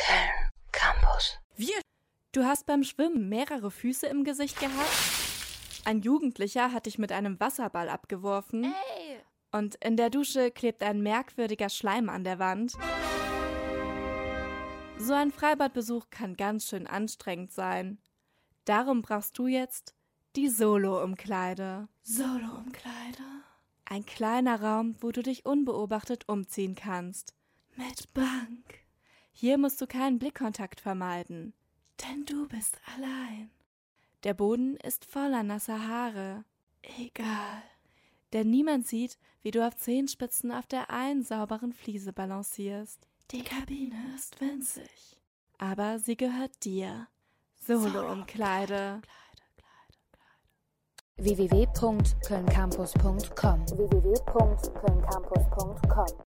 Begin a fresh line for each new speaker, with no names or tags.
Wilhelm Campus.
Wir. Du hast beim Schwimmen mehrere Füße im Gesicht gehabt. Ein Jugendlicher hat dich mit einem Wasserball abgeworfen.
Ey!
Und in der Dusche klebt ein merkwürdiger Schleim an der Wand. So ein Freibadbesuch kann ganz schön anstrengend sein. Darum brauchst du jetzt die Solo-Umkleide.
Solo-Umkleide.
Ein kleiner Raum, wo du dich unbeobachtet umziehen kannst.
Mit Bank.
Hier musst du keinen Blickkontakt vermeiden.
Denn du bist allein.
Der Boden ist voller nasser Haare.
Egal.
Denn niemand sieht, wie du auf Zehenspitzen auf der einen sauberen Fliese balancierst.
Die Kabine ist winzig.
Aber sie gehört dir. Solo-Umkleide.
www.kölncampus.com www.kölncampus.com